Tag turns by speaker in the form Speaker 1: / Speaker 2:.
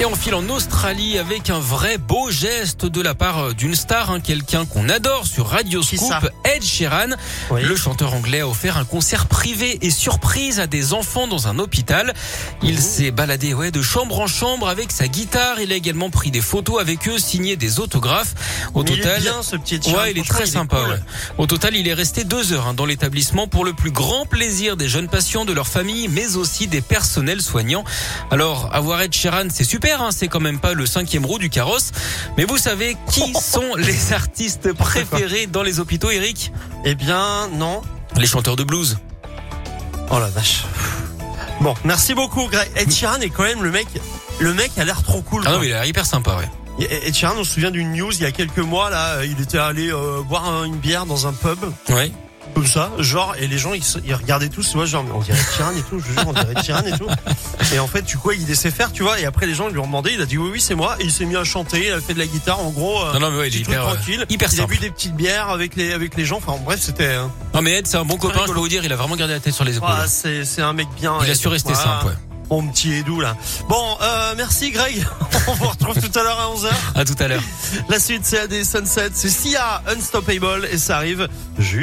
Speaker 1: Et on file en Australie avec un vrai beau geste de la part d'une star, hein, quelqu'un qu'on adore sur Radio
Speaker 2: Qui
Speaker 1: Scoop,
Speaker 2: ça
Speaker 1: Ed Sheeran.
Speaker 2: Oui.
Speaker 1: Le chanteur anglais a offert un concert privé et surprise à des enfants dans un hôpital. Il s'est baladé ouais, de chambre en chambre avec sa guitare. Il a également pris des photos avec eux, signé des autographes. Au
Speaker 2: Mais
Speaker 1: total,
Speaker 2: il est bien ce petit Ed Sheeran,
Speaker 1: Ouais, il est
Speaker 2: franchement,
Speaker 1: très sympa.
Speaker 2: cool.
Speaker 1: ouais. Au total, il est resté deux heures hein, dans l'établissement pour le plus grand plaisir des jeunes patients, de leur famille, mais aussi des personnels soignants. Alors, avoir Ed Sheeran, c'est super, hein, c'est quand même pas le cinquième roue du carrosse. Mais vous savez qui sont les artistes préférés dans les hôpitaux, Eric
Speaker 2: Eh bien, non.
Speaker 1: Les chanteurs de blues.
Speaker 2: Oh la vache. Bon, merci beaucoup, Greg. Ed Sheeran est quand même le mec. Le mec a l'air trop cool.
Speaker 1: Mm. Ah non,
Speaker 2: quoi.
Speaker 1: mais il a l'air hyper sympa, ouais.
Speaker 2: Et- Ed Sheeran, on se souvient d'une news il y a quelques mois là. euh, Il était allé euh, boire un- une bière dans un pub
Speaker 1: Ouais.
Speaker 2: comme ça, genre et les gens ils, se- ils regardaient tous, tu vois, genre mais on dirait Ed Sheeran et tout. Je jure, on dirait Ed Sheeran et tout. Et en fait, tu quoi, il laissait faire, tu vois. Et après les gens ils lui ont demandé, il a dit oui oui c'est moi. Et il s'est mis à chanter, il a fait de la guitare en gros. euh,
Speaker 1: Non, non, mais ouais, il est
Speaker 2: petit truc
Speaker 1: hyper, euh,
Speaker 2: tranquille.
Speaker 1: hyper
Speaker 2: il a
Speaker 1: simple.
Speaker 2: bu des petites bières avec les avec les gens. Enfin bref, c'était. euh,
Speaker 1: Non, mais Ed, c'est un bon copain, je peux
Speaker 2: rigolo.
Speaker 1: vous dire, il a vraiment gardé la tête sur les épaules.
Speaker 2: Ah, c'est c'est un mec bien.
Speaker 1: il a su rester
Speaker 2: Voilà.
Speaker 1: simple, ouais.
Speaker 2: Mon petit Edou là. Bon, euh, merci Greg. On vous retrouve tout à l'heure à 11h.
Speaker 1: À tout à l'heure.
Speaker 2: La suite c'est AD Sunset, c'est Sia Unstoppable et ça arrive juste